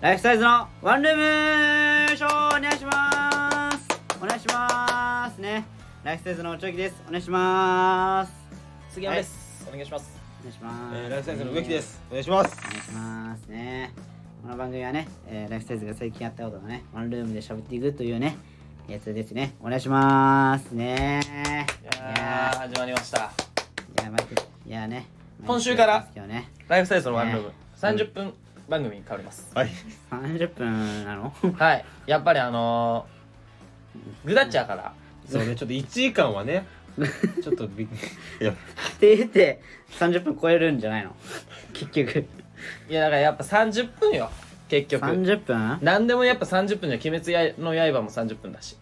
ライフサイズのワンルームショーお願いしますお願いしますねライフサイズのちょいきですお願いします杉山です、お願いします、お願いします、えー、ライフサイズの植木ですお願いしますお願いしますねこの番組はね、えーライフサイズが最近やったことをねワンルームで喋っていくというねやつですねお願いしますねいいややー始まりましたーいやまあいやね今週から今日ねライフサイズのワンルーム、ね30分番組に変わりますはい30分なの はいやっぱりあのー、グダッチャーからそうねちょっと1時間 はねちょっとびいやって言って30分超えるんじゃないの 結局いやだからやっぱ30分よ結局30分 何でもやっぱ30分じゃん鬼滅やの刃も30分だし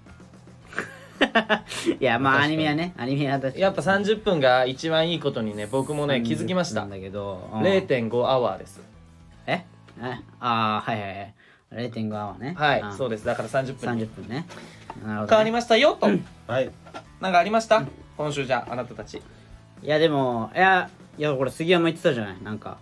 いやまあ確アかにニメはねアニメは確かにやっぱ30分が一番いいことにね僕もね気づきましなたんだけど、うん0.5アワーですえああーはいはいはい0.5アワーねはいあーそうですだから30分に30分ねなるほどね、変わりましたよと、はいなんかありました今週じゃああなたたちいやでもいやいやこれ杉山言ってたじゃないなんか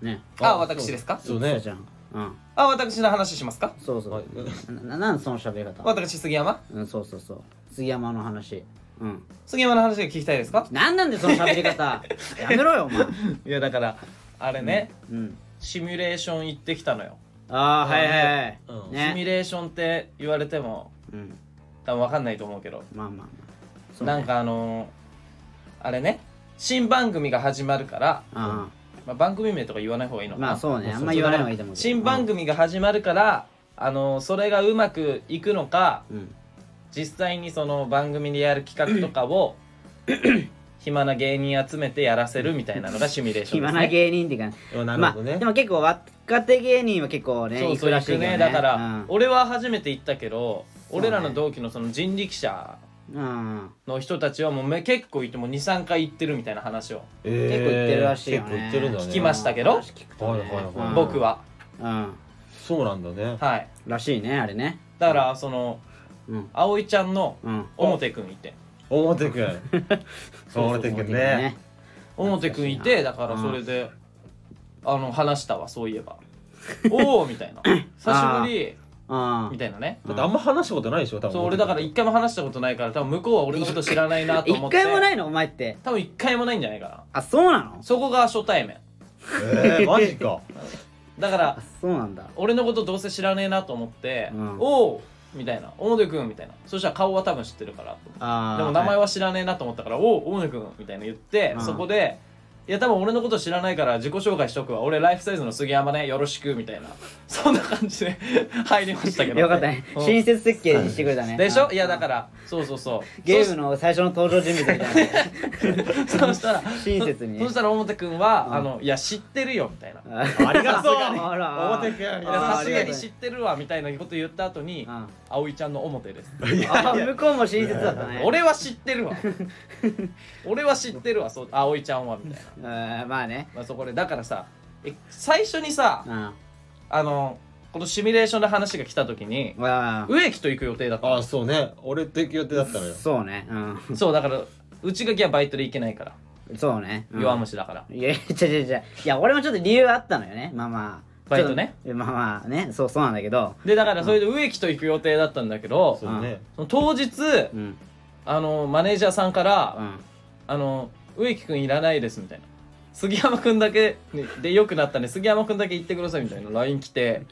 ねあ私ですかそう言ってねたじゃんうんあ私の話しますかそうそはういなななんその喋り方私杉山うんそうそうそう杉山の話うん杉山の話が聞きたいですかなんなんでその喋り 方やめろよお前いやだからあれね、うんシミュレーション行ってきたのよ、ああはいはいはい、うんシミュねレーションって言われてもうん多分分かんないと思うけどまあまあまあそうねなんかあのーあれね新番組が始まるから、あまあ、番組名とか言わない方がいいあのかなまあそうねそうあんま言わない方がいいと思うけど新番組が始まるから、あのーそれがうまくいくのかうん実際にその番組でやる企画とか を暇な芸人集めてやらせるみたいなのがシミュレーションで暇す、ね、な芸人っていうかあなるまほあどね、でも結構若手芸人は結構ねそう行そくうら行しいけくどねねだから、うん俺は初めて行ったけどそうね俺らの同期のその人力車うんの人たちはもうめ結構行っても23回行ってるみたいな話をえー結構言ってるらしいよね結構言ってるんだね聞きましたけど話聞くとねはいはいはいうん僕は、うんそうなんだねはいらしいねあれねだからそのうん葵ちゃんのうん表くんいて表くん表くんね表くんいてだからそれで、あの話したわそういえばおおみた いな久しぶりあみたいなねだってあんま話したことないでしょ多分そう俺だから一回も話したことないから多分向こうは俺のこと知らないなと思一って回もないいのお前って多分一回もないんじゃないかなあそうなのそこが初対面えー、マジか だかあらそうなんだ俺のことどうせ知らねえなと思って「うんおお!」みたいな「表くん」みたいなそしたら顔は多分知ってるからと思ってああでも名前はは知らねえなと思ったから「おお表くん」みたいな言って、うんそこで「いや多分俺のこと知らないから自己紹介しとくわ俺ライフサイズの杉山ねよろしく」みたいな そんな感じで 入りましたけどよかったねうん親切設計してくれたねでしょいやうんだからそうそうそうゲームの最初の登場人物みたいなそそしたら親切にねそそしたら表くんは、うんあの「いや知ってるよ」みたいあなありがとうさすがにあら表くんいあーやさあすりががとうに知ってるわみたいなこと言った後にあ葵ちゃんの表ですあ向こうも親切だったね俺は知ってるわ 俺は知ってるわそう葵ちゃんはみたいな、うんまあねまあ、そこでだからさえ最初にさうんわあのこのシミュレーションの話が来た時にあ植木と行く予定だったあのあそうね俺と行く予定だったのよそうねうそうだから内垣はバイトで行けないから、んそうねうん弱虫だからいやいや違う違う違ういや俺もちょっと理由あったのよねまあまあバイトねちょっとまあまあねそうそうなんだけどでだからそれで植木と行く予定だったんだけど、そうねその当日うんあのマネージャーさんから「うんあの植木くんいらないですみたいな杉山くんだけで良くなったんで杉山くんだけ行ってくださいみたいな LINE 来て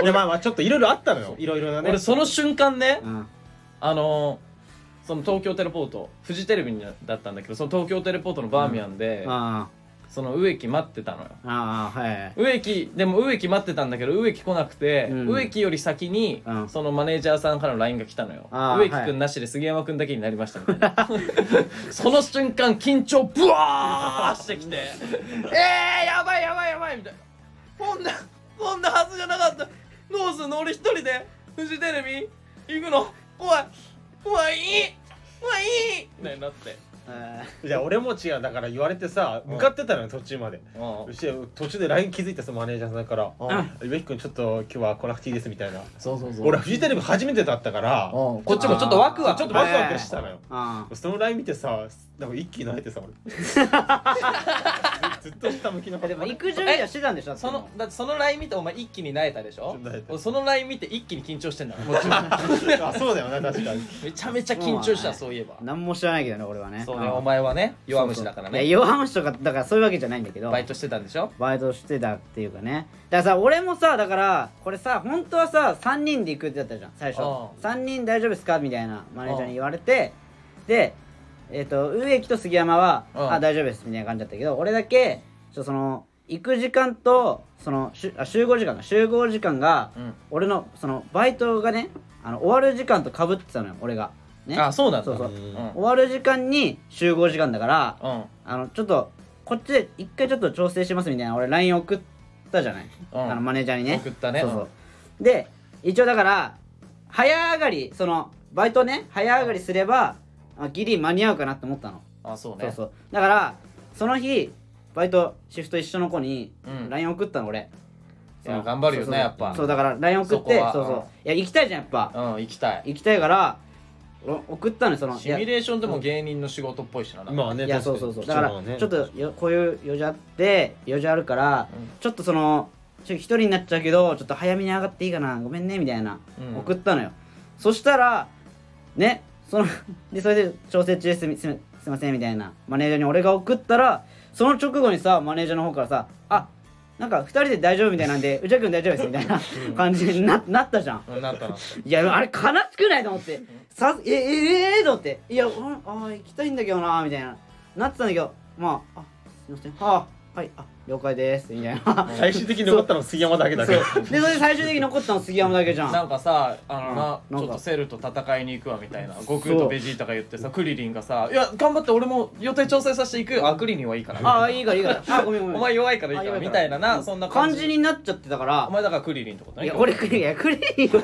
俺まあまあちょっといろいろあったのよいろいろなね俺その瞬間ねうんあのその東京テレポートフジテレビだったんだけどその東京テレポートのバーミヤンで、あその植木待ってたのよあああはいはい植木でも植木待ってたんだけど植木来なくて、うん植木より先に、うんそのマネージャーさんからの LINE が来たのよあー植木くんなしで杉山くんだけになりましたみたいな その瞬間緊張ブワーして きてえー、やばいやばいやばいみたいなこんなこんなはずじゃなかったどうすんの俺一人でフジテレビ行くの怖い怖い怖いみたいになってあじゃあ俺も違うだから言われてさ向かってたのよ途中までうんそして途中で LINE 気づいたそのマネージャーさんから「ゆべき君ちょっと今日は来なくていいです」みたいなそうそうそう俺フジテレビ初めてだったからうんこっちもちょっとワクワクちょっとワクワクしたのよあ その LINE 見てさなんか一気に泣いてさ俺めっずっと下向きのえでも行く準備はしてたんでしょだってそもうのだってそのライン見てお前一気に萎えたでしょちょっと萎えた俺そのライン見て一気に緊張してん だもんもうあそうだよな確かにめちゃめちゃ緊張しそうだたねそういえば何も知らないけどね俺はねそうねうんお前はね弱虫だからそうそういねや弱虫とかだからそういうわけじゃないんだけどバイトしてたんでしょバイトしてたっていうかねだからさ俺もさだからこれさ本当はさ3人で行くってだったじゃん最初うん3人大丈夫ですかみたいなマネージャーに言われてでえっ、と植木と杉山は「うんあ大丈夫です」みたいな感じだったけど俺だけちょっとその行く時間とそのしゅあ集合時間が集合時間が、うん俺のそのバイトがねあの終わる時間とかぶってたのよ俺がねあそうなんだそうそううんうん終わる時間に集合時間だからうんあのちょっとこっちで一回ちょっと調整しますみたいな俺 LINE 送ったじゃない、うんあのマネージャーにね送ったねそうそう、で一応だから早上がりそのバイトね早上がりすればあギリ間に合うかなって思ったの、あそうそうねそうだからその日バイトシフト一緒の子にうん LINE 送ったの俺、いや頑張るよねそうそうやっぱそうだから LINE 送っそこてはそうそううんいや行きたいじゃんやっぱうん行きたい行きたいからお送ったのよそのいシやミュレーションでも芸人の仕事っぽいしななんかまあねいや確かそうにそうそうだから貴重ねちょっとよこういう余剰あって余剰あるから、うんちょっとそのちょ一人になっちゃうけどちょっと早めに上がっていいかなごめんねみたいな、うん送ったのよそしたらねその でそれで調整中ですみすみすいませんみたいなマネージャーに俺が送ったらその直後にさマネージャーの方からさ「あなんか2人で大丈夫みたいなんで内田君大丈夫です」みたいな感じにななったじゃんうんなったないやあれ悲しくないと思ってさええええと思っていやうんあ行きたいんだけどなみたいななってたんだけどまああすいませんはあはいあ了解ですみたい な最終的に残ったの杉山だけだからそうでそれで最終的に残ったの杉山だけじゃんなんかさあのな、うんなんちかょっとセルと戦いに行くわみたいなそう悟空とベジータが言ってさクリリンがさ「いや頑張って俺も予定調整させていくよあクリリンはいいから」ああいいからいいからあごめんごめんお前弱いからいいから」みたいななそんな感じ感じになっちゃってたかおら前だからクリリンってこといねや今日俺クリリンクリリンも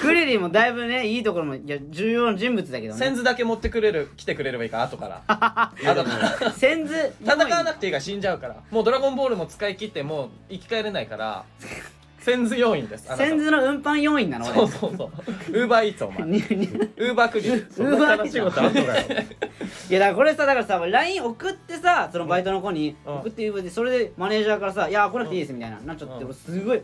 クリリンもだいぶねいいところもいや重要な人物だけどセンねズだけ持ってくれる来てくれればいいから後から 後からセンズ戦わなくていいから死んじゃうからもうドラゴンボールも使い切ってもう生き返れないからセンズ要員ですあなたセンズの運搬要員なの俺そうそうそうウーバーイーツお前ににウーバークリリンそんな悲しいことあんのかよいやだからこれさだからさ LINE 送ってさそのバイトの子にうん送って言うでそれでマネージャーからさ「いや来なくていいです」みたいななっちゃってうん俺すごい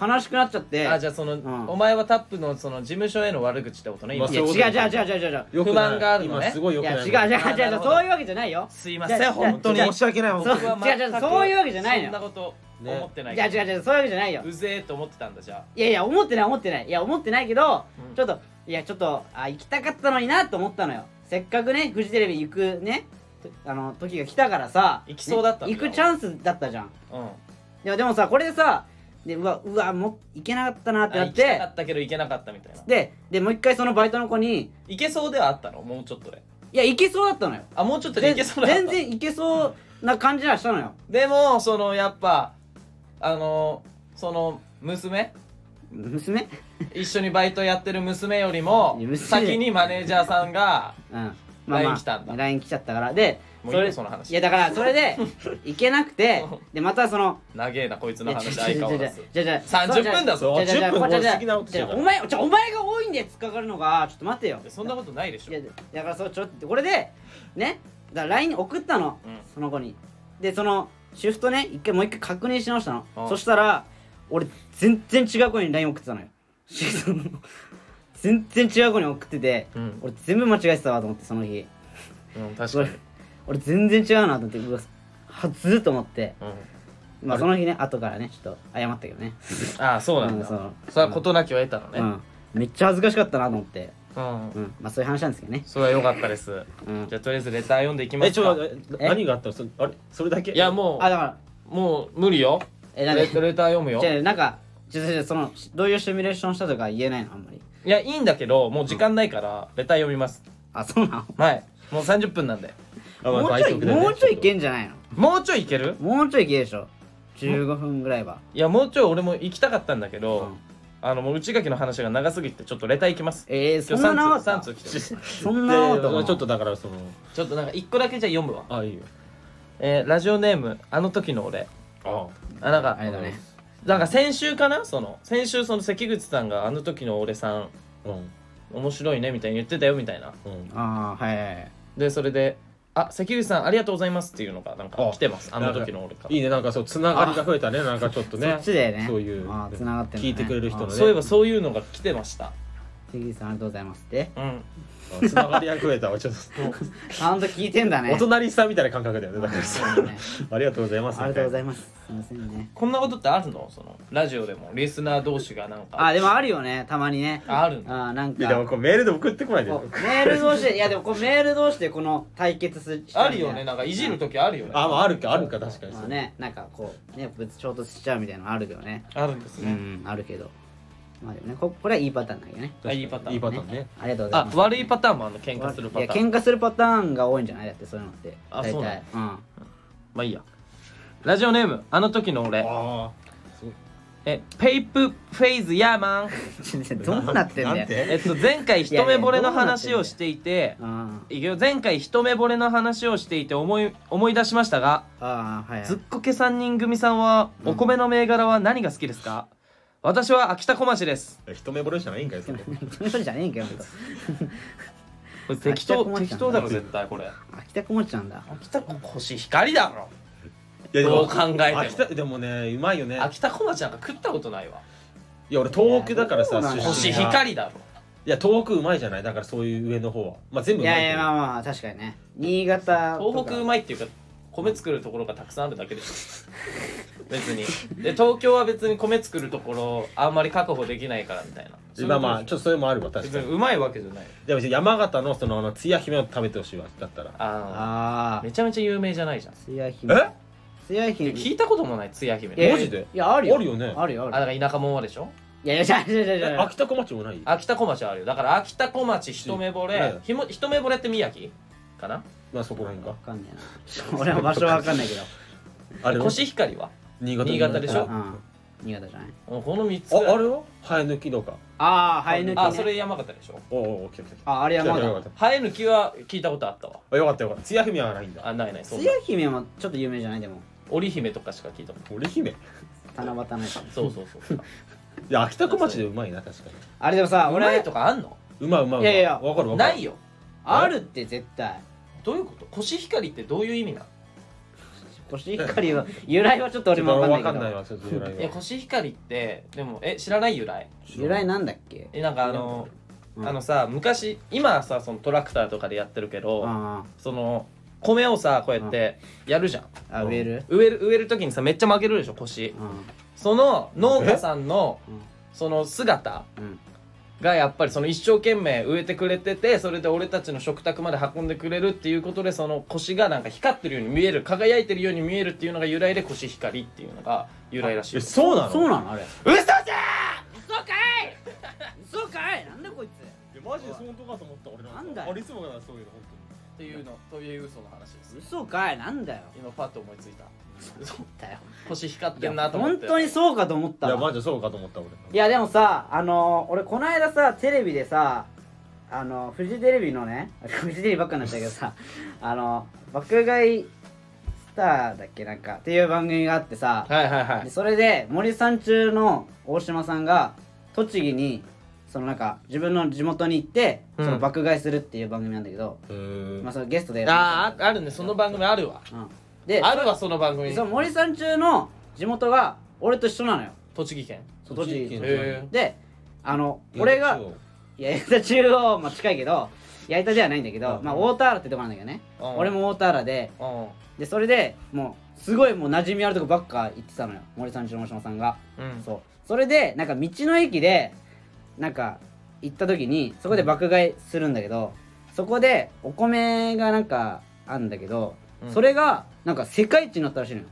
悲しくなっちゃってあじゃあその、んお前はタップのその事務所への悪口ってことね今まいあや違うそういうこと違う違う違う違うよく不ない満があるのね今すごいよいくなや違いう違あう違うな違るうほどそういうわけじゃないよすいまいやせいやん本当に違う申し訳ない本そ当うに僕は全く違う違うそういうわけじゃないのよそんなこと思ってないいや違う違うそういうわけじゃないようぜえと思ってたんだじゃいやいや思ってない思ってないいや思ってないけどうんちょっといやちょっとあ行きたかったのになと思ったのよせっかくねフジテレビ行くねとあの時が来たからさ行きそうだったんだねよ行くチャンスだったじゃんあうんいやでもさこれでさでうわうわもう行けなかったなってあな行っきたてかったけど行けなかったみたいなででもう一回そのバイトの子に行けそうではあったのもうちょっとでいや行けそうだったのよあもうちょっとで全行けそうだった全然行けそうな感じはしたのよでもそのやっぱあのその娘娘一緒にバイトやってる娘よりもいや娘先にマネージャーさんがうんまあ LINE 来たんだ LINE 来ちゃったからでもういいよれその話いやだからそれで行けなく てでまたその長えなこいついのや話相変わらずじゃじゃじゃ30分だぞじゃじゃ10分じゃじゃもう過ぎなことしてるからお前ちょお前が多いんで突っかかるのがちょっと待ってよそんなことないでしいょやだだからそうちょっとこれでねだから LINE 送ったの、うんその子にでそのシフトね一回もう一回確認し直したの、うんそしたら俺全然違う子に LINE 送ってたのよ シフトの全然違う子に送ってて、うん俺全部間違えてたわと思ってその日うん確俺俺全然違うなと思ってうわはずーと思ってうんまあその日ね後からねちょっと謝ったけどねああそうなんうんそだうそれは事なきを得たのうねんめっちゃ恥ずかしかったなと思ってうんうんまあそういう話なんですけどねそれは良かったです。うんじゃあとりあえずレター読んでいきまえすちょか。え何があったのそあれそれだけいやもあだからうもう無理よ。えレなんでレター読むよ。じゃあなんかちょちょちょそのどういうシミュレーションしたとか言えないのあんまりいやいいんだけどもう時間ないからレター読みます。あそうなはい。もう三十分なんで。あのまあもうちょい、倍速だねもうちょいいちけんじゃないのもうちょいいける？もうちょいいけるでしょ15分ぐらいはいやもうちょい俺も行きたかったんだけど、うんあのもう内垣の話が長すぎてちょっとレター行きます。えー、そ今ん日な三長か通った三通来てる。 そんょっとな長かでったちょっとだからそのちょっとなんか一個だけじゃ読むわ。あいいよえー、ラジオネームあの時の俺。ああなんかあれだねなんか先週かなその先週その関口さんがあの時の俺さんうん面白いねみたいに言ってたよみたいな。うんああはいはいはいでそれであ関口さんありがとうございますっていうのがなんかあ来てますあの時の俺からいいねなんかそうつながりが増えたねなんかちょっとねそっちでねそういうあー繋がってんだね聞いてくれる人のねそういえばそういうのが来てました関口さんありがとうございますってうんあつながりが増えたわちょっちゃんと聞いてんだとねお隣さんみたいな感覚だよねだからさそうだねありがとうございますありがとうございいますすいませんねこんなことってあるのそのラジオでもリスナー同士がなんかあでもあるよねたまにねああるんだあーなんやでもかこうメールで送ってこないでこようメール同士でいやでもこうメール同士でこの対決するあるよねなんかいじる時あるよねあまああるかあるか確かにまそあうねなんかこうねぶつ衝突しちゃうみたいなのあるけどねあるんですうねんあるけどまあでもねここれはいいパターンだけどね確かにいいパターンいいパターンねありがとうございあます悪いパターンもあるの喧嘩するパいやターン喧嘩するパターンが多いんじゃないだってそういうのってあ大体そうなのうんまあいいやラジオネームあの時の俺あーえペイプフェイズヤーマン どうなってんだなんよ。えてっと前回一目惚れの話をしていてあいくよ前回一目惚れの話をしていて思い思い出しましたがあ、ああはい、はい。ずっこけ三人組さんはお米の銘柄は何が好きですか、私は秋田小町です一目惚れじゃないんかいそれそれじゃねえけど。ほんとこれ適当秋田小町適当だろ絶対これ秋田こもっちゃんだ。秋田コシヒカリだろいやでもどう考えても秋田でもねうまいよね秋田小町なんか食ったことないわいや俺東北だからさいや出ど身うながのコシヒカリだろいや東北うまいじゃないだからそういう上の方はまあ全部いうまいやいけやどまあまあ確かにね。新潟とか。東北うまいっていうか米作るところがたくさんあるだけでしょ別にで東京は別に米作るところあんまり確保できないからみたいなそういうまこあとまあちょっとそれもあるわで確しょか別ににうまいわけじゃないでも山形のそのあのつや姫を食べてほしいわだったらああああめ。ちゃめちゃ有名じゃないじゃんつや姫。えつや姫。聞いたこともないつや姫いやいやマジでいやあるよ。あるよねあるよああるだ。から田舎もんはでしょいやいやじゃあじゃあじゃあじえゃあ。秋田小町もない秋田小町はあるよだから秋田小町一目惚うれんひも一目惚れって宮城かなまあそこら辺かわかんねえな。俺は場所はわかんないけど。あれはコシヒカリは新潟新潟でしょうん。新潟じゃない。うんこの3つあぐらいあれは生え抜きとかああ生え抜き、ね。あそれ山形でしょおうおう来た来た来たああれはま来たよかだっ。た生え抜きは聞いたことあったわあよかったよかったつや姫はないんだあないないそつうやだ姫もちょっと有名じゃないでも。織姫とかしか聞いたこと俺姫い七夕のやつ。ないそうそうそうや秋田小町でうまいな確かにあれでもさうまい俺とかあんのうまいうまいうまいやいやわかるわかるないよよあるって絶対。どういうことコシヒカリってどういう意味なコシヒカリは由来はちょっとち俺ょっとも俺わわかかんんななけいいどわちょっと由来のはいやコシヒカリってでもえ知らない由来由来なんだっけえなんかあのうんあのさ昔今さそのトラクターとかでやってるけどあその米をさこうやってやるじゃんああ植える植える植える時にさめっちゃ曲げるでしょ腰うその農家さんのんその姿うんがやっぱりその一生懸命植えてくれててそれで俺たちの食卓まで運んでくれるっていうことでその腰がなんか光ってるように見える輝いてるように見えるっていうのが由来で腰光っていうのが由来らしいえよそうなのそうなのあれ嘘じゃ嘘かい嘘かいなんだこいついやマジで本当かと思った俺なんだよありそうだなそういうの本っていうのという嘘の話です嘘かいなんだよ今パッと思いついた嘘だよ腰光っいてんなやと思っ本て当にそうかと思っ当たにいやわマジでそうかと思った俺いやでもさあのー俺この間さテレビでさあのフジテレビのね フジテレビばっかになっちゃうけどさあの爆買いスターだっけなんかっていう番組があってさはいはいはでいそれで森三中の大島さんが栃木にそのなんか自分の地元に行ってそうんの爆買いするっていう番組なんだけど、うーんまあそのゲストであーああるねその番組あるわうん、であるわその番組その森三中の地元が俺と一緒なのよ栃木県そう栃木栃木県へであの俺が八重田中央も近いけど八重田ではないんだけど、うんまあ大田原ってとこなんだけどね、うん俺も大田原でえうんでそれでもうすごいもう馴染みあるとこばっか行ってたのよ森三中の大島さんが。うんそうそれでなんか道の駅でなんか行った時にそこで爆買いするんだけど、そこでお米がなんかあんだけど、うんそれがなんか世界一になったらしいのよ。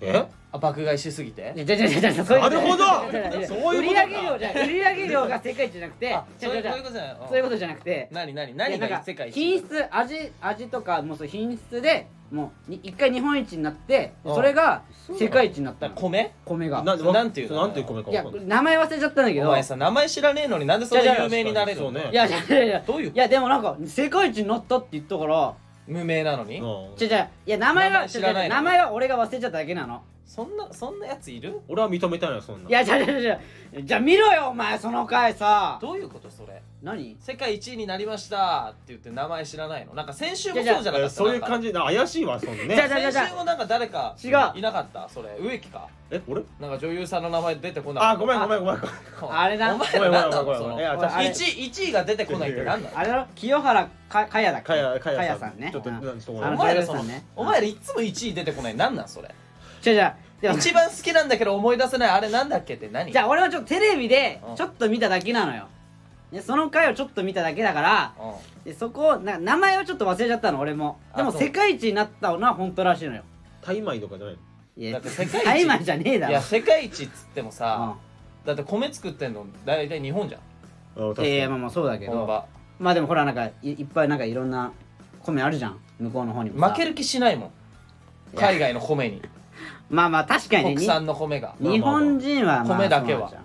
えあ爆買いしすぎてじゃじゃじゃじゃじゃそういうな るほどじゃじゃじゃそういう売ことか上量じゃ売上量が世界一じゃなくてあそういうじゃこじゃとじゃじゃないそういうこととじゃなくて何何いや何なんがか世界一品質味味とかもうそう品質でもうに一回日本一になってそれが世界一になったのだ米米がそれなんていうのなんていう米かいやわかんない名前忘れちゃったんだけおど前さ名前知らねえのになんでそんな有名になれるのそうねいやいやいやいやどういういやでもなんか世界一になったって言ったから無名なのにうんじゃじゃいや名前名は前知らないの違う違う名前は俺が忘れちゃっただけなのそんなそんなやついる俺は認めたいのよそんないやじゃあじゃあじゃあじゃあ見ろよお前その回さどういうことそれ何世界一位になりましたって言って名前知らないのなんか先週もそういじゃやなかったそういう感じじな怪しいわそんなじゃあねじゃあじゃあ先週もなんか誰か違ういなかったそれ植木かえ俺なんか女優さんの名前出てこないあごめんごめんごめんごめんあれだお前ごめらん何ごなめんのそごめんごめんのいやちょっとあれ1位1位が出てこないって何なのあれだろ清原かかやだっけかやかかややささんんねちょっとうんちょっとあおの前らそ女優さのんねお前らいつも1位出てこない何なんそれじゃあじゃあでも一番好きなんだけど思い出せないあれなんだっけって何じゃあ俺はちょっとテレビでうんちょっと見ただけなのよ、ね、その回をちょっと見ただけだからうんでそこをな名前をちょっと忘れちゃったの俺もあでもそう世界一になったのは本当らしいのよタイ米とかじゃないのいだやって世界一タイマーじゃねえだいろや世界一っつってもうんさだって米作ってんの大体日本じゃんあ確かいやいにやまあまあそうだけ本ど場まあでもほらなんかいいっぱいなんかいろんな米あるじゃん向こうの方にもさ負ける気しないもん海外の米 にまあまあ確かに国に産の米が日本人はまあ米だけそうはなんじゃん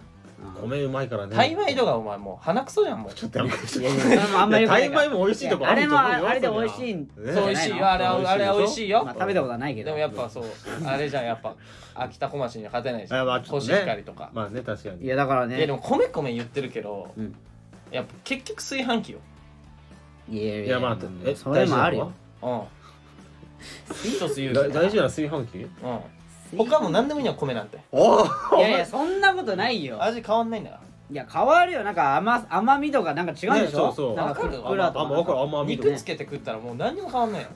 うん米うまいからねタイ米とかお前もう鼻くそじゃんもうちょっとやめていやいやそれもあんまり良くないからタイ米も美味しいとこああれるとも思うよああれで美味そりしゃいんねじゃそうない美味しいよのあれはあれは美味しいよまあ食べたことはないけどでもやっぱそうあれじゃんやっぱ秋田小町には勝てないじゃあまあんちょっとねコシヒカリとかまあね確かいにやだからいやでねも米米言ってるけどうんやっぱ結局炊飯器よいやいやいやまあえそれもあるようん一つ言大うけ事なのどはだ大事な炊飯器うん他も何でもいいの米なんておおいやいやそんなことないよ味変わんないんだからいや変わるよなんか甘甘みとかなんか違うんでしょ、ねそうそうなんかわふかるっくらとあかもう分かるあんま見肉つけて食ったらもう何にも変わんないよ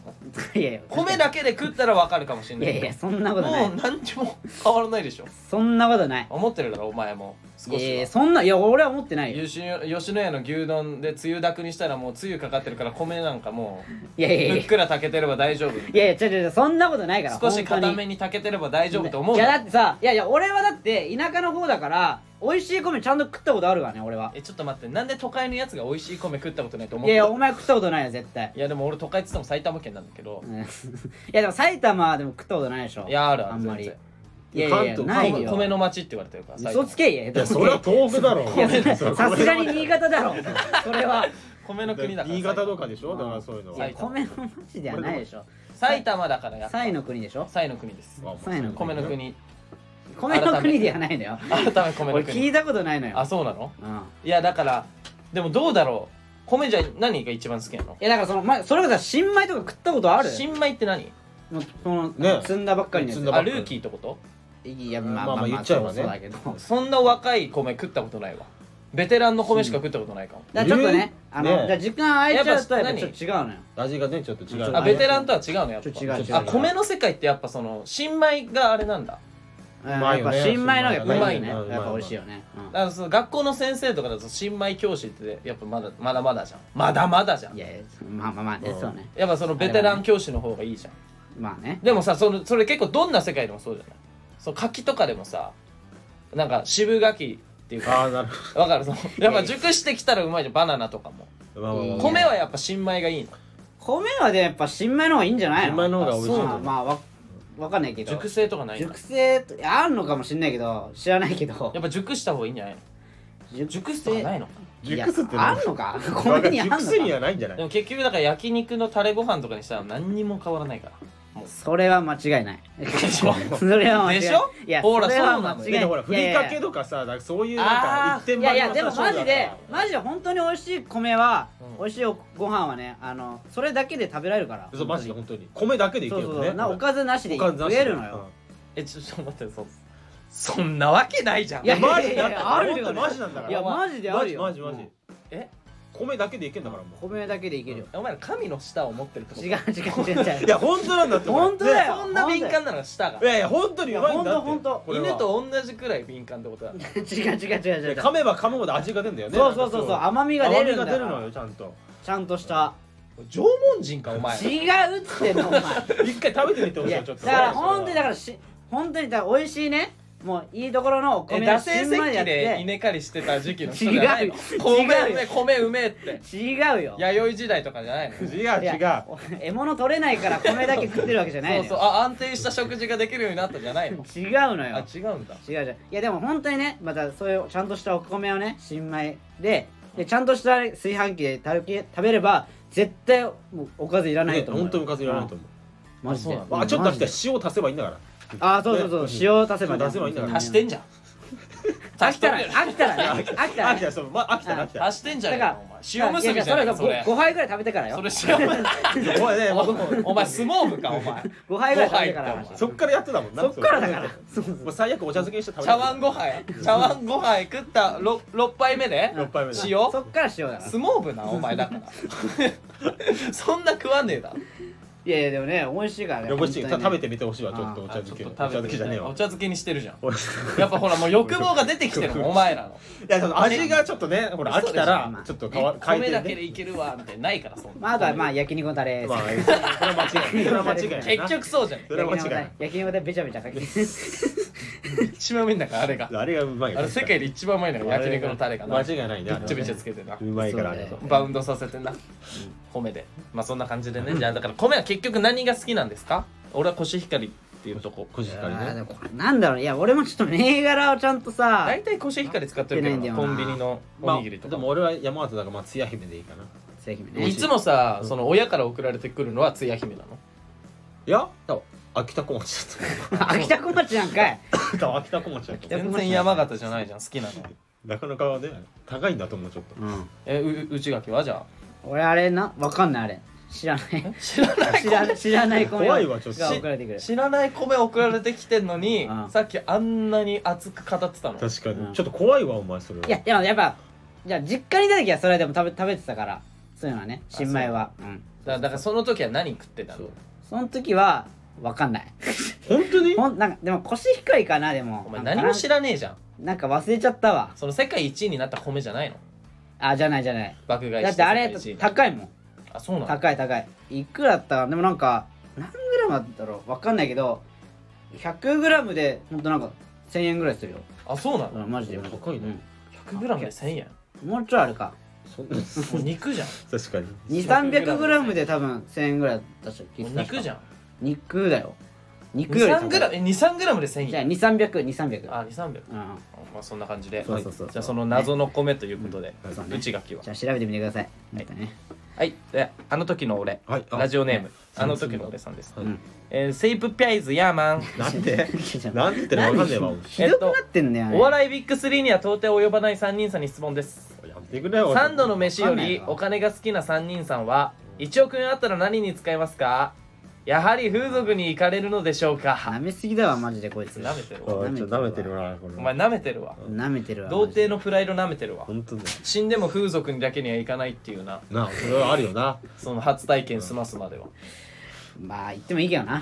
い やいや米だけで食ったらわかるかもしれいなやいいけやそんなこどとないもう何にも変わらないでしょそんなことない思ってるだろお前もい少やいしやはそんないや俺は思ってないよ吉野吉野家の牛丼でつゆだくにしたらもうつゆかかってるから米なんかもいやいうやいふやっくら炊けてれば大丈夫いやいや違う違う違うそんなことないから少し固本当めにに炊けてれば大丈夫と思ういよやだってさいやいや俺はだって田舎の方だから美味しい米ちゃんと食ったことあるからね俺はえちょっと待ってなんで都会のやつが美味しい米食ったことないと思いってやるいやお前食ったことないよ絶対いやでも俺都会っつっても埼玉県なんだけどうん いやでも埼玉はでも食ったことないでしょいやあるあるあんまり全いやいやい関や東ない然よ米の町って言われてるから埼嘘玉つけいやいやそれは遠くだろいやそれさすがに新潟だ ろそれは米の国だから新潟とかでしょうんだからそういうのいやは埼玉米の町ではないでしょ埼玉だからやっぱサイの国でしょサイの国ですまあまあサイの米の国米の国ではないのよ改め米俺の聞国いたことないのよあそうなのうんいやだからでもどうだろう米じゃ何が一番好きなのいやだからその、ま、それこそ新米とか食ったことある新米って何もうその、ね積んだばっかりのやつ積んだばあっかりルーキーってこといやまあまあまあままああ言っちゃえばねそうそうだけどそんな若い米食ったことないわベテランの米しか食ったことないかもだからちょっとね、えーあの、ねえだから時間空いちゃうとややっっぱぱちょっと違うのよ味がねちょっと違ちょっうとあベテランとは違うのやっちぱょっと違う違うあ米の世界ってやっぱその新米があれなんだうんうやまいっよぱね新米の方がやっぱいいよねうまいよねやっぱ美味しいよねだからその学校の先生とかだと新米教師ってやっぱまだまだまだじゃんまだまだじゃうんんいやいやまあまあまあねうんそうねやっぱそのベテラン教師の方がいいじゃんまあねでもさそのそれ結構どんな世界でもそうじゃないその柿とかでもさなんか渋柿っていう かああなるほわかるそのやっぱ熟してきたらうまいじゃんバナナとかもどまあまあまあいいね米はやっぱ新米がいいの米はでやっぱ新米の方がいいんじゃない新の米の方が美味しいとそう思うまあまあわわかんないけど熟成とかないの熟成といやあるのかもしんないけど知らないけどやっぱ熟した方がいいんじゃないの熟すとかないのかいや熟すってあなんんのかわか米んになあいんのか熟すにはないんじゃなでいも結局だから焼肉のタレご飯とかにしたら何にも変わらないからそれは間違い ないしょそれは間違いないでしょいやほらそれはそうなの間違よいだないってほらふりかけいとかさなんかそういうなんか一点やい張りやいやいやいやでものさマジでマジで本当に美味しい米は、うん美味しいおご飯はねあのそれだけで食べられるからそうマジで本当に米だけでいけそうるそうよそうねなおかずなしでおかずな食しでえるのよ、えちょっと待ってそそんなわけないじゃんいやうんマジいやいやいやだああるよるよマジなんだかいやらマジであマるジよマジマジうんえ米だけでいけんだからも米だけでいけるよ、お前ら神の舌を持ってるってこと違う違う違う違うういや本当なんだって本当だよそんな敏感なの舌がいやいや本当にうまいんだっていや本当本当これは犬と同じくらい敏感ってことだね違う違う違う違う違でう噛めば噛むほど味が出るんだよねそうそうそうそうなんか甘みが出るんだ甘みが出るかのらよちゃんとちゃんとした縄文人かお前違うっつってん のお前一回食べてみてほいしいやよちょだっとから本当にだからし本当にだから美味しいねもういいところのおえ、米打の製新石米器やっでて稲刈りしてた時期の人じゃないの違う米違ううめえよ米うめえって違うよ弥生時代とかじゃないの違うい違やうお獲物取れないから米だけ食ってるわけじゃないそうのそうよあ安定した食事ができるようになったじゃないの違うのあよ違うんだ違う違ういやでも本当にねまたそういうちゃんとしたお米をね新米ででちゃんとした炊飯器で食べ食べれば絶対もうおかずいらないと思うよ、本当におかずいらないと思ううんマジであそうなんまあちょっとマジでして塩足せばいいんだからああそうそうそう塩を足せばね足せばいいんだから足してんじゃん飽きたら 飽きたらね飽きたら飽きねたそうま飽きたなって足してんじゃだんからよお前塩むすびじゃいやいんやそそれれが 5, 杯ぐらい食べてからよそれ塩むおいねもうおお前相撲部かお前5杯ぐらい食べてからご飯行ったそっからやってたもんなそっからだからそうそうもう最悪お茶漬けにして食べて茶碗ご飯茶碗ご飯食ったろ六杯目で6杯目で塩そっから塩だから相撲部なお前だからそんな食わねえだろいやいやでもね美味しいからね汚して本当にね食べてみてほしいわちょっとお茶あちょっ漬とけお食べ茶て漬けじゃねえおわ茶漬けにしてるじゃんおい やっぱほらもう欲望が出てき てるもんお前らのやその味がちょっとねほら飽きたらちょっと変わ変え米だけてでねいけるわみたいなないからそんまあなあとはまあ焼肉のタレまあそれは間違いないそれは間違いない な結局そうじゃんそれは間違いない焼肉のタレべちゃべちゃかけて一番うめえんだからあれがあれがうまいよあれ世界で一番うまいのが焼肉のタレかな間違いないねあれはびねっちょびちょつけてなうまいからあれそうだバウンドさせてな米でまあそんな感じでねじゃあだから米は結局何が好きなんですか俺はコシヒカリっていうとこコシヒカリあーでねもこれなんだろういや俺もちょっと銘柄をちゃんとさ大体コシヒカリ使ってるけ合ってないどんだよなコンビニのおまにぎりとあかでも俺は山形だからまあつや姫でいいかない正規名ねいつもさその親から送られてくるのはつや姫なのやだ秋田小町だっ秋田小町なんかい ただ秋田小町だった全然山形じゃないじゃん好きなのなかなかね高いんだと思うちょっとえう内垣はじゃ俺あれなわかんないあれ知らないあ知らない知ら知らない米怖いわちょっとが送られてくる知らない米送られてきてんのにうんさっきあんなに熱く語ってたの確かに、うんちょっと怖いわお前それはいやでもやっぱじゃあ実家にいた時はそれでも食べ食べてたからそういうのはね新米はうんだだからその時は何食ってたのその時はわかん ない本当にほんなんかでも腰低いかなでもお前何も知ららねえじゃんなんか忘れちゃったわその世界一位になった米じゃないのあじゃないじゃない爆買いだしっててあ世界れ一位高いもんあそうなの高い高いいくらだったかなでもなんか何グラムだったろうわかんないけど100グラムでほんとなんか1000円ぐらいするよあそうなうのんマジで高いね 100g で1000円うんもうちょいあるかそんなもう肉じゃん確かに2300グラムで多分1000円ぐらいだったしもう肉じゃん肉だよ肉より高い 23g え 23g で1000じゃあ円200300あ2300うんまあそんな感じでそうそうそうじゃあその謎の米ということでうんそうね内垣はじゃあ調べてみてくださいなんかねはいであの時の俺はいあラジオネームああの時の俺さんですはうんえーセイプピャイズヤーマンな ん でなんて言ってるのわかんねえわおひどくなってんねよねお笑いビッグ3には到底及ばない3人さんに質問です前やめてくれよサンドの飯よりお金が好きな3人さんは1億円あったら何に使いますかやはり風俗に行かれるのでしょう舐かめすぎだわマジでこいつ舐めてるわおいちょっと舐めてるなこれお前舐めてるわ舐めてるわ童貞ののプライド舐めてるわ本当だよ死んでも風俗にだけには行かないっていうななあそれはあるよなその初体験済ますまではまあ言ってもいいけど な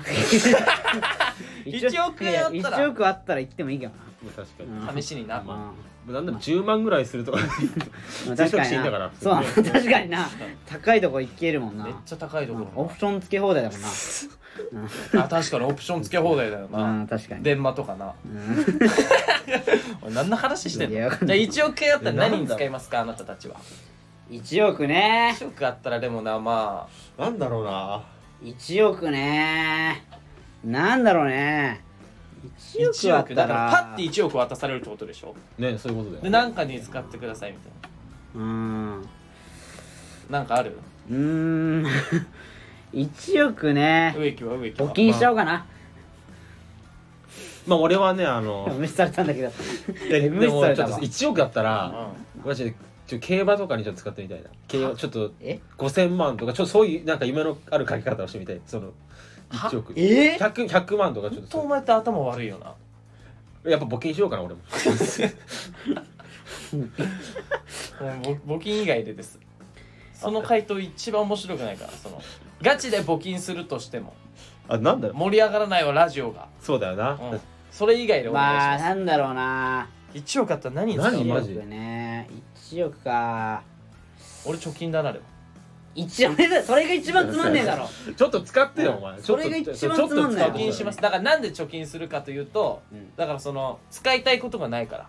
1億円あったら1億あったら言ってもいいけどな確かにうん試もしになまうんうなんだ10万ぐらいするとかまあ贅確沢かにしていいんだからなそう確かにな高いとこ行けるもんなめっちゃ高いとこうんろオプションつけ放題だもんなあ確かにオプションつけ放題だようなん確かに電話とかなおい何の話してんのいじやゃあわかんない1億円あったら何に使いますかあなたたちは1億 ね1億あったらでもなまあ なんだろうな1億ねなんだろうね1 1億あっ億だたかららパッて1億渡されるってことでしょねそういうことだでよ何かに使ってくださいみたいうんうななんかあるーん 1億ね植木は植木は募金しちゃおうかなまあ俺はねあでもの無視されたんだけどえで無視もされちょたっとわ1億だったらうマジでちょ競馬とかにちょっと使ってみたいな競馬ちょっとえ5000万とかちょっとそういうなんか夢のある書き方をしてみたいそのは1億え 100, 100万とかちょんっとおと前って頭悪いよなやっぱ募金しようかな俺ももうぼ募金以外でですその回答一番面白くないからそのガチで募金するとしてもあなんだろう盛り上がらないわラジオが、そうだよな、うん、それ以外でおま願いあしまなんだろうなす1億あったら何に使う何マジ1億ね1億か俺貯金だなでも1億ねそれが一番つまんねえだろちょっと使ってよお前それがちょっと一番つまんないちょっと使っ貯て金しますだからなんで貯金するかというとうんだからその使いたいことがないから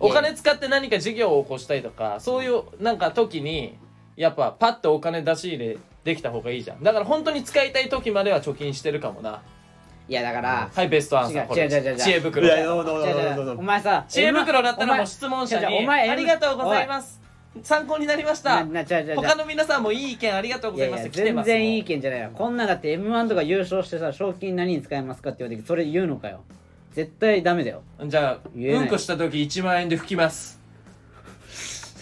お金使って何か事業を起こしたいとかそういうなんか時にやっぱパッとお金出し入れできた方がいいじゃんだから本当に使いたい時までは貯金してるかもないやだからはいベストアンサー違うこれ違う違う違う知恵い袋やどうぞどう違う違うぞどうおぞ前さ知恵袋だったらもうお質問者違う違うにお前ありがとうございます参考になりましなたな違う違う違う他の皆さんもいい意見ありがとうごいざやいいますや来全てますもう然いい意見じゃないよこんなだって m 1とか優勝してさ賞金何に使えますかって言われてそれ言うのかよ絶対ダメだよじゃあ言えうないんこした時1万円で拭きます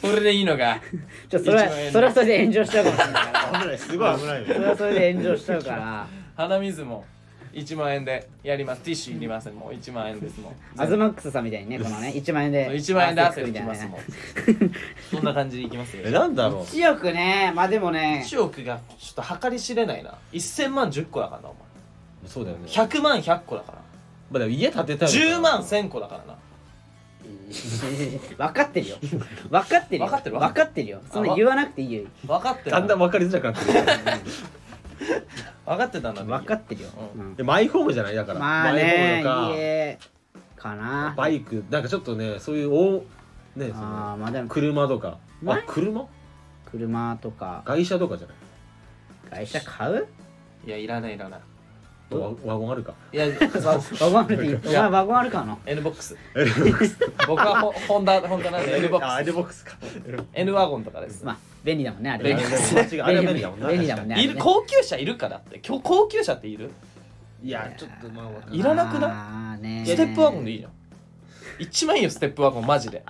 それでいいのがちょそれは一万円それはそれで炎上しちゃうかもしれないから危ないすごい危ないよそ れはそれで炎上しちゃう から鼻水も1万円でやりますティッシュいりませんもう1万円ですもんアズマックスさんみたいにねこの ね1万円で1万円で汗み拭たきいなますもねんそんな感じでいきますよえなんだろう1億ねまあでもね1億がちょっと計り知れないな1000万10個だからなおそうだよね前100万100個だからまあでも家建てたい10万1000個だからな分かってるよ分かってるよ分かってる分かってるよそんな言わなくていいよ分かってだたんだん分分かりづらくなってるかってたんだ分かってるようんうんでマイホームじゃないだからまあねマイホームと家かかなバイクなんかちょっとねそういう大ねそあーのまあでも車とかマあイ車車とか外車とかじゃない会社買ういやいらないいらないワワゴンあるかいやワゴンあるっていいおい前やワゴンあるかな N ボックスエルボックス僕はホホンダホンダなんで N ボックスルボックスか N ワゴンとかですまあ便利だもんねあれ便利ですあれは便利だもんな便利だもんねあれいねる高級車いるかだってきょ高級車っているいやちょっとまあわかんないいらなくないあーねステップワゴンでいいじゃん一番いいよステップワゴンマジで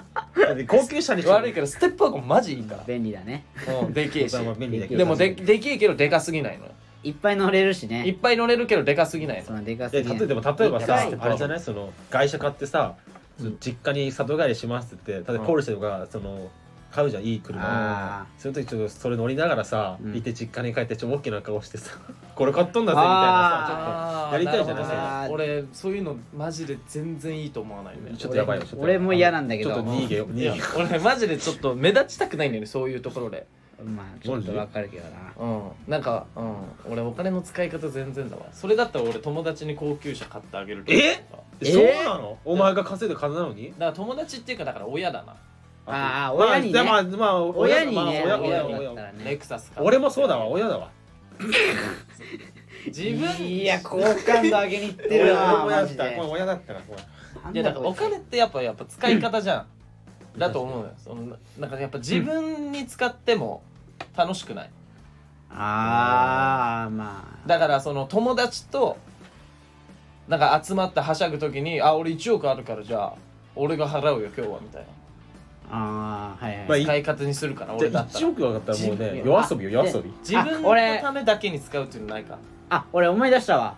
で高級車に悪いけからステップワゴンマジいいか便利だねらうんでけえし便利だけどでもででけえけどでかすぎないのよいっぱい乗れるしいっねぱい乗れるけどでかすぎないそののでかすえぎない例えば例えばさいやあれじゃないその外車買ってさその実家に里帰りしますって言って例えばポルシェとかその買うじゃんいい車あその時ちょっとそれ乗りながらさうんいて実家に帰ってちょっと大きな顔してさ これ買っとんだぜみたいあーあなさーやりたいじゃないるほどあー俺そういうのマジで全然いいと思わないねちょっとやばいよちょっと俺も嫌なんだけどちょっと逃げよ逃いげやよ俺マジでちょっと目立ちたくないんだよねそういうところでまあちょっとわかるけどなうんなんか、うん、俺お金の使い方全然だわそれだったら俺友達に高級車買ってあげるとかえだかえそうなのお前が稼いで金なのにら友達っていうかだから親だなああま親にねまあまあ親にねまあ親親親に親だったらレねクサス買って俺もそうだわ親だわ自分いや好感度上げにいってる俺なもマ 親ジだったでこれ親だったらこれなんいやだからこおいつ金ってやっぱやっぱ使い方じゃんだと思うよそのなんかやっぱ自分に使っても楽しくないああまあだからその友達となんか集まってはしゃぐ時に「あ俺1億あるからじゃあ俺が払うよ今日は」みたいなああはいはい、まあい使い方にするかな俺じだゃあった1ら億分かったらもう自ね分夜遊びよ夜遊び自分俺のためだけに使うっていうのないかあ俺思い出したわ、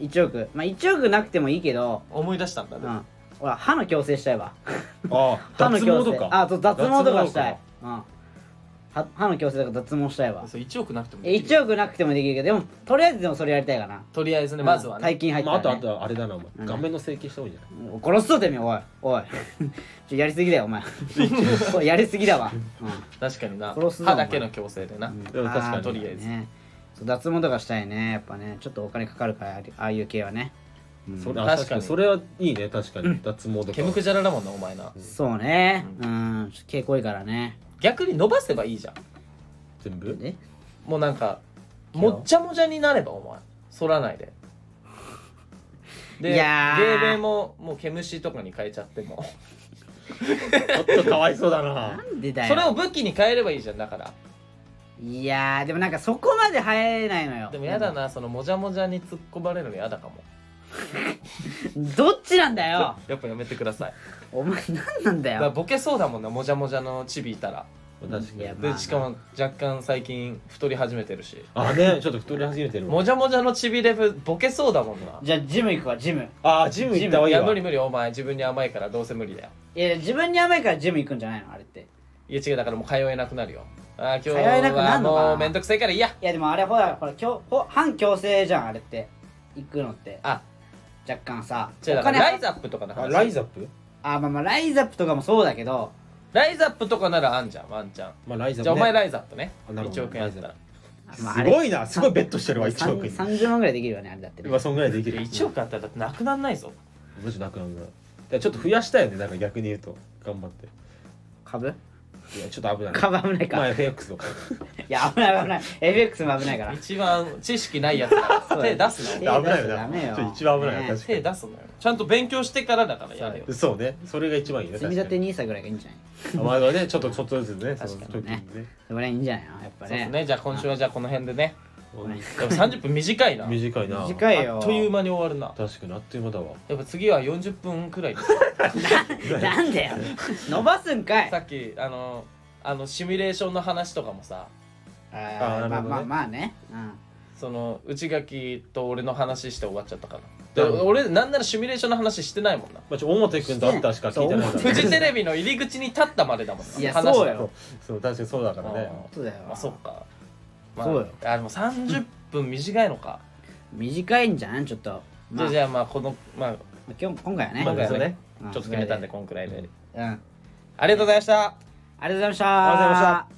一1億まあ1億なくてもいいけど思い出したんだうね、ん俺歯の矯正したいわああ歯の脱毛矯と正かあそう脱毛とかした脱いうん歯歯の矯正とか脱毛したいわそう1億なくてもえいい1億なくてもできるけどでもとりあえずでもそれやりたいかなとりあえずねまずは大ね金入ったまあ、ら、あねとあとあれだなお前、うん顔面の整形した方がいいんじうん殺すぞてめえおいおい ちょやりすぎだよお前おいやりすぎだわ、う確かにな殺すぞ歯だけの矯正でな、んでも確かにーとりあえずねそう脱毛とかしたいねやっぱねちょっとお金かかるからありああいう系はね、うゃんん、それ確あかに確かにそれはいいね確かに、脱毛とか毛むくじゃらだもんなお前なそうねうんちょっと毛濃いからね逆に伸ばせばいいじゃん全部えもうなんかもっちゃもじゃになればお前剃らないででいやー芸名ももう毛虫とかに変えちゃってもちょっとかわいそうだななんでだよそれを武器に変えればいいじゃんだからいやーでもなんかそこまで生えないのよでもやだなそのもじゃもじゃに突っ込まれるのやだかもどっちなんだ よやっぱやめてくださいお前何なんだだからよボケそうだもんなもじゃもじゃのチビいたら確かにいやまあでしかも若干最近太り始めてるしあねちょっと太り始めてるわもじゃもじゃのチビレブボケそうだもんなじゃあジム行くわジムあージム行った方がいいいわや無理無理お前自分に甘いからどうせ無理だよいや自分に甘いからジム行くんじゃないのあれっていや違うだからもう通えなくなるよあー今日通えなくなはんのかなもうめんどくせえからいいやいやでもあれほらほら強ほ反強制じゃんあれって行くのってあ若干さ違うだからライズアップとかのあ話ライズアップあまあまあライズアップとかもそうだけどライズアップとかならあんじゃんワンちゃんまあライズアップ、ね、じゃあお前ライズアップねあなるほど1億円あったらまああすれごいなすごいベッドしてるわ1億にさん30万ぐらいできるよねあれだってねまあそんぐらいできる1億あったらだってなくなんないぞうんマジなくなるなだからちょっと増やしたいよねなんか逆に言うと頑張って株いやちょっと危ないカバー危ないか、まあ FX とかいや危ない危ない FX も危ない から一番知識ないやつ だ手出す手なよ出危なしいよちねゃダメよちょっと一番危ないよね確かに手出すなよちゃんと勉強してからだからやれよそうねそれが一番いいね積み確か立てに NISA ぐらいがいいんじゃないまあまあねちょっとちょっとずつねそ確のか時ににねねそれがいいんじゃないのやっそぱうですねねじゃあ今週はじゃあこの辺でねごめんでも30分短いな短いな短いよあっという間に終わるな確かにあっという間だわやっぱ次は40分くらいに なんだよ 伸ばすんかいさっきあのあのシミュレーションの話とかもさああーまーなあるほどねまあまあねうんその内垣と俺の話して終わっちゃったからなでるほど俺なんならシミュレーションの話してないもんなまあちょ表君と会ったしか聞いてないからフジテレビの入り口に立ったまでだもんないや話そうがよそう確かにそうだからねそうだよまあそっか、まあ、そうよあでも30分短いのか、短いんじゃんちょっとまあじゃあじゃあまあこのまあ今日今回はね今回はそうねちょっと決めたんでこんくらいで、うんありがありがとうございましたとうございましたありがとうございました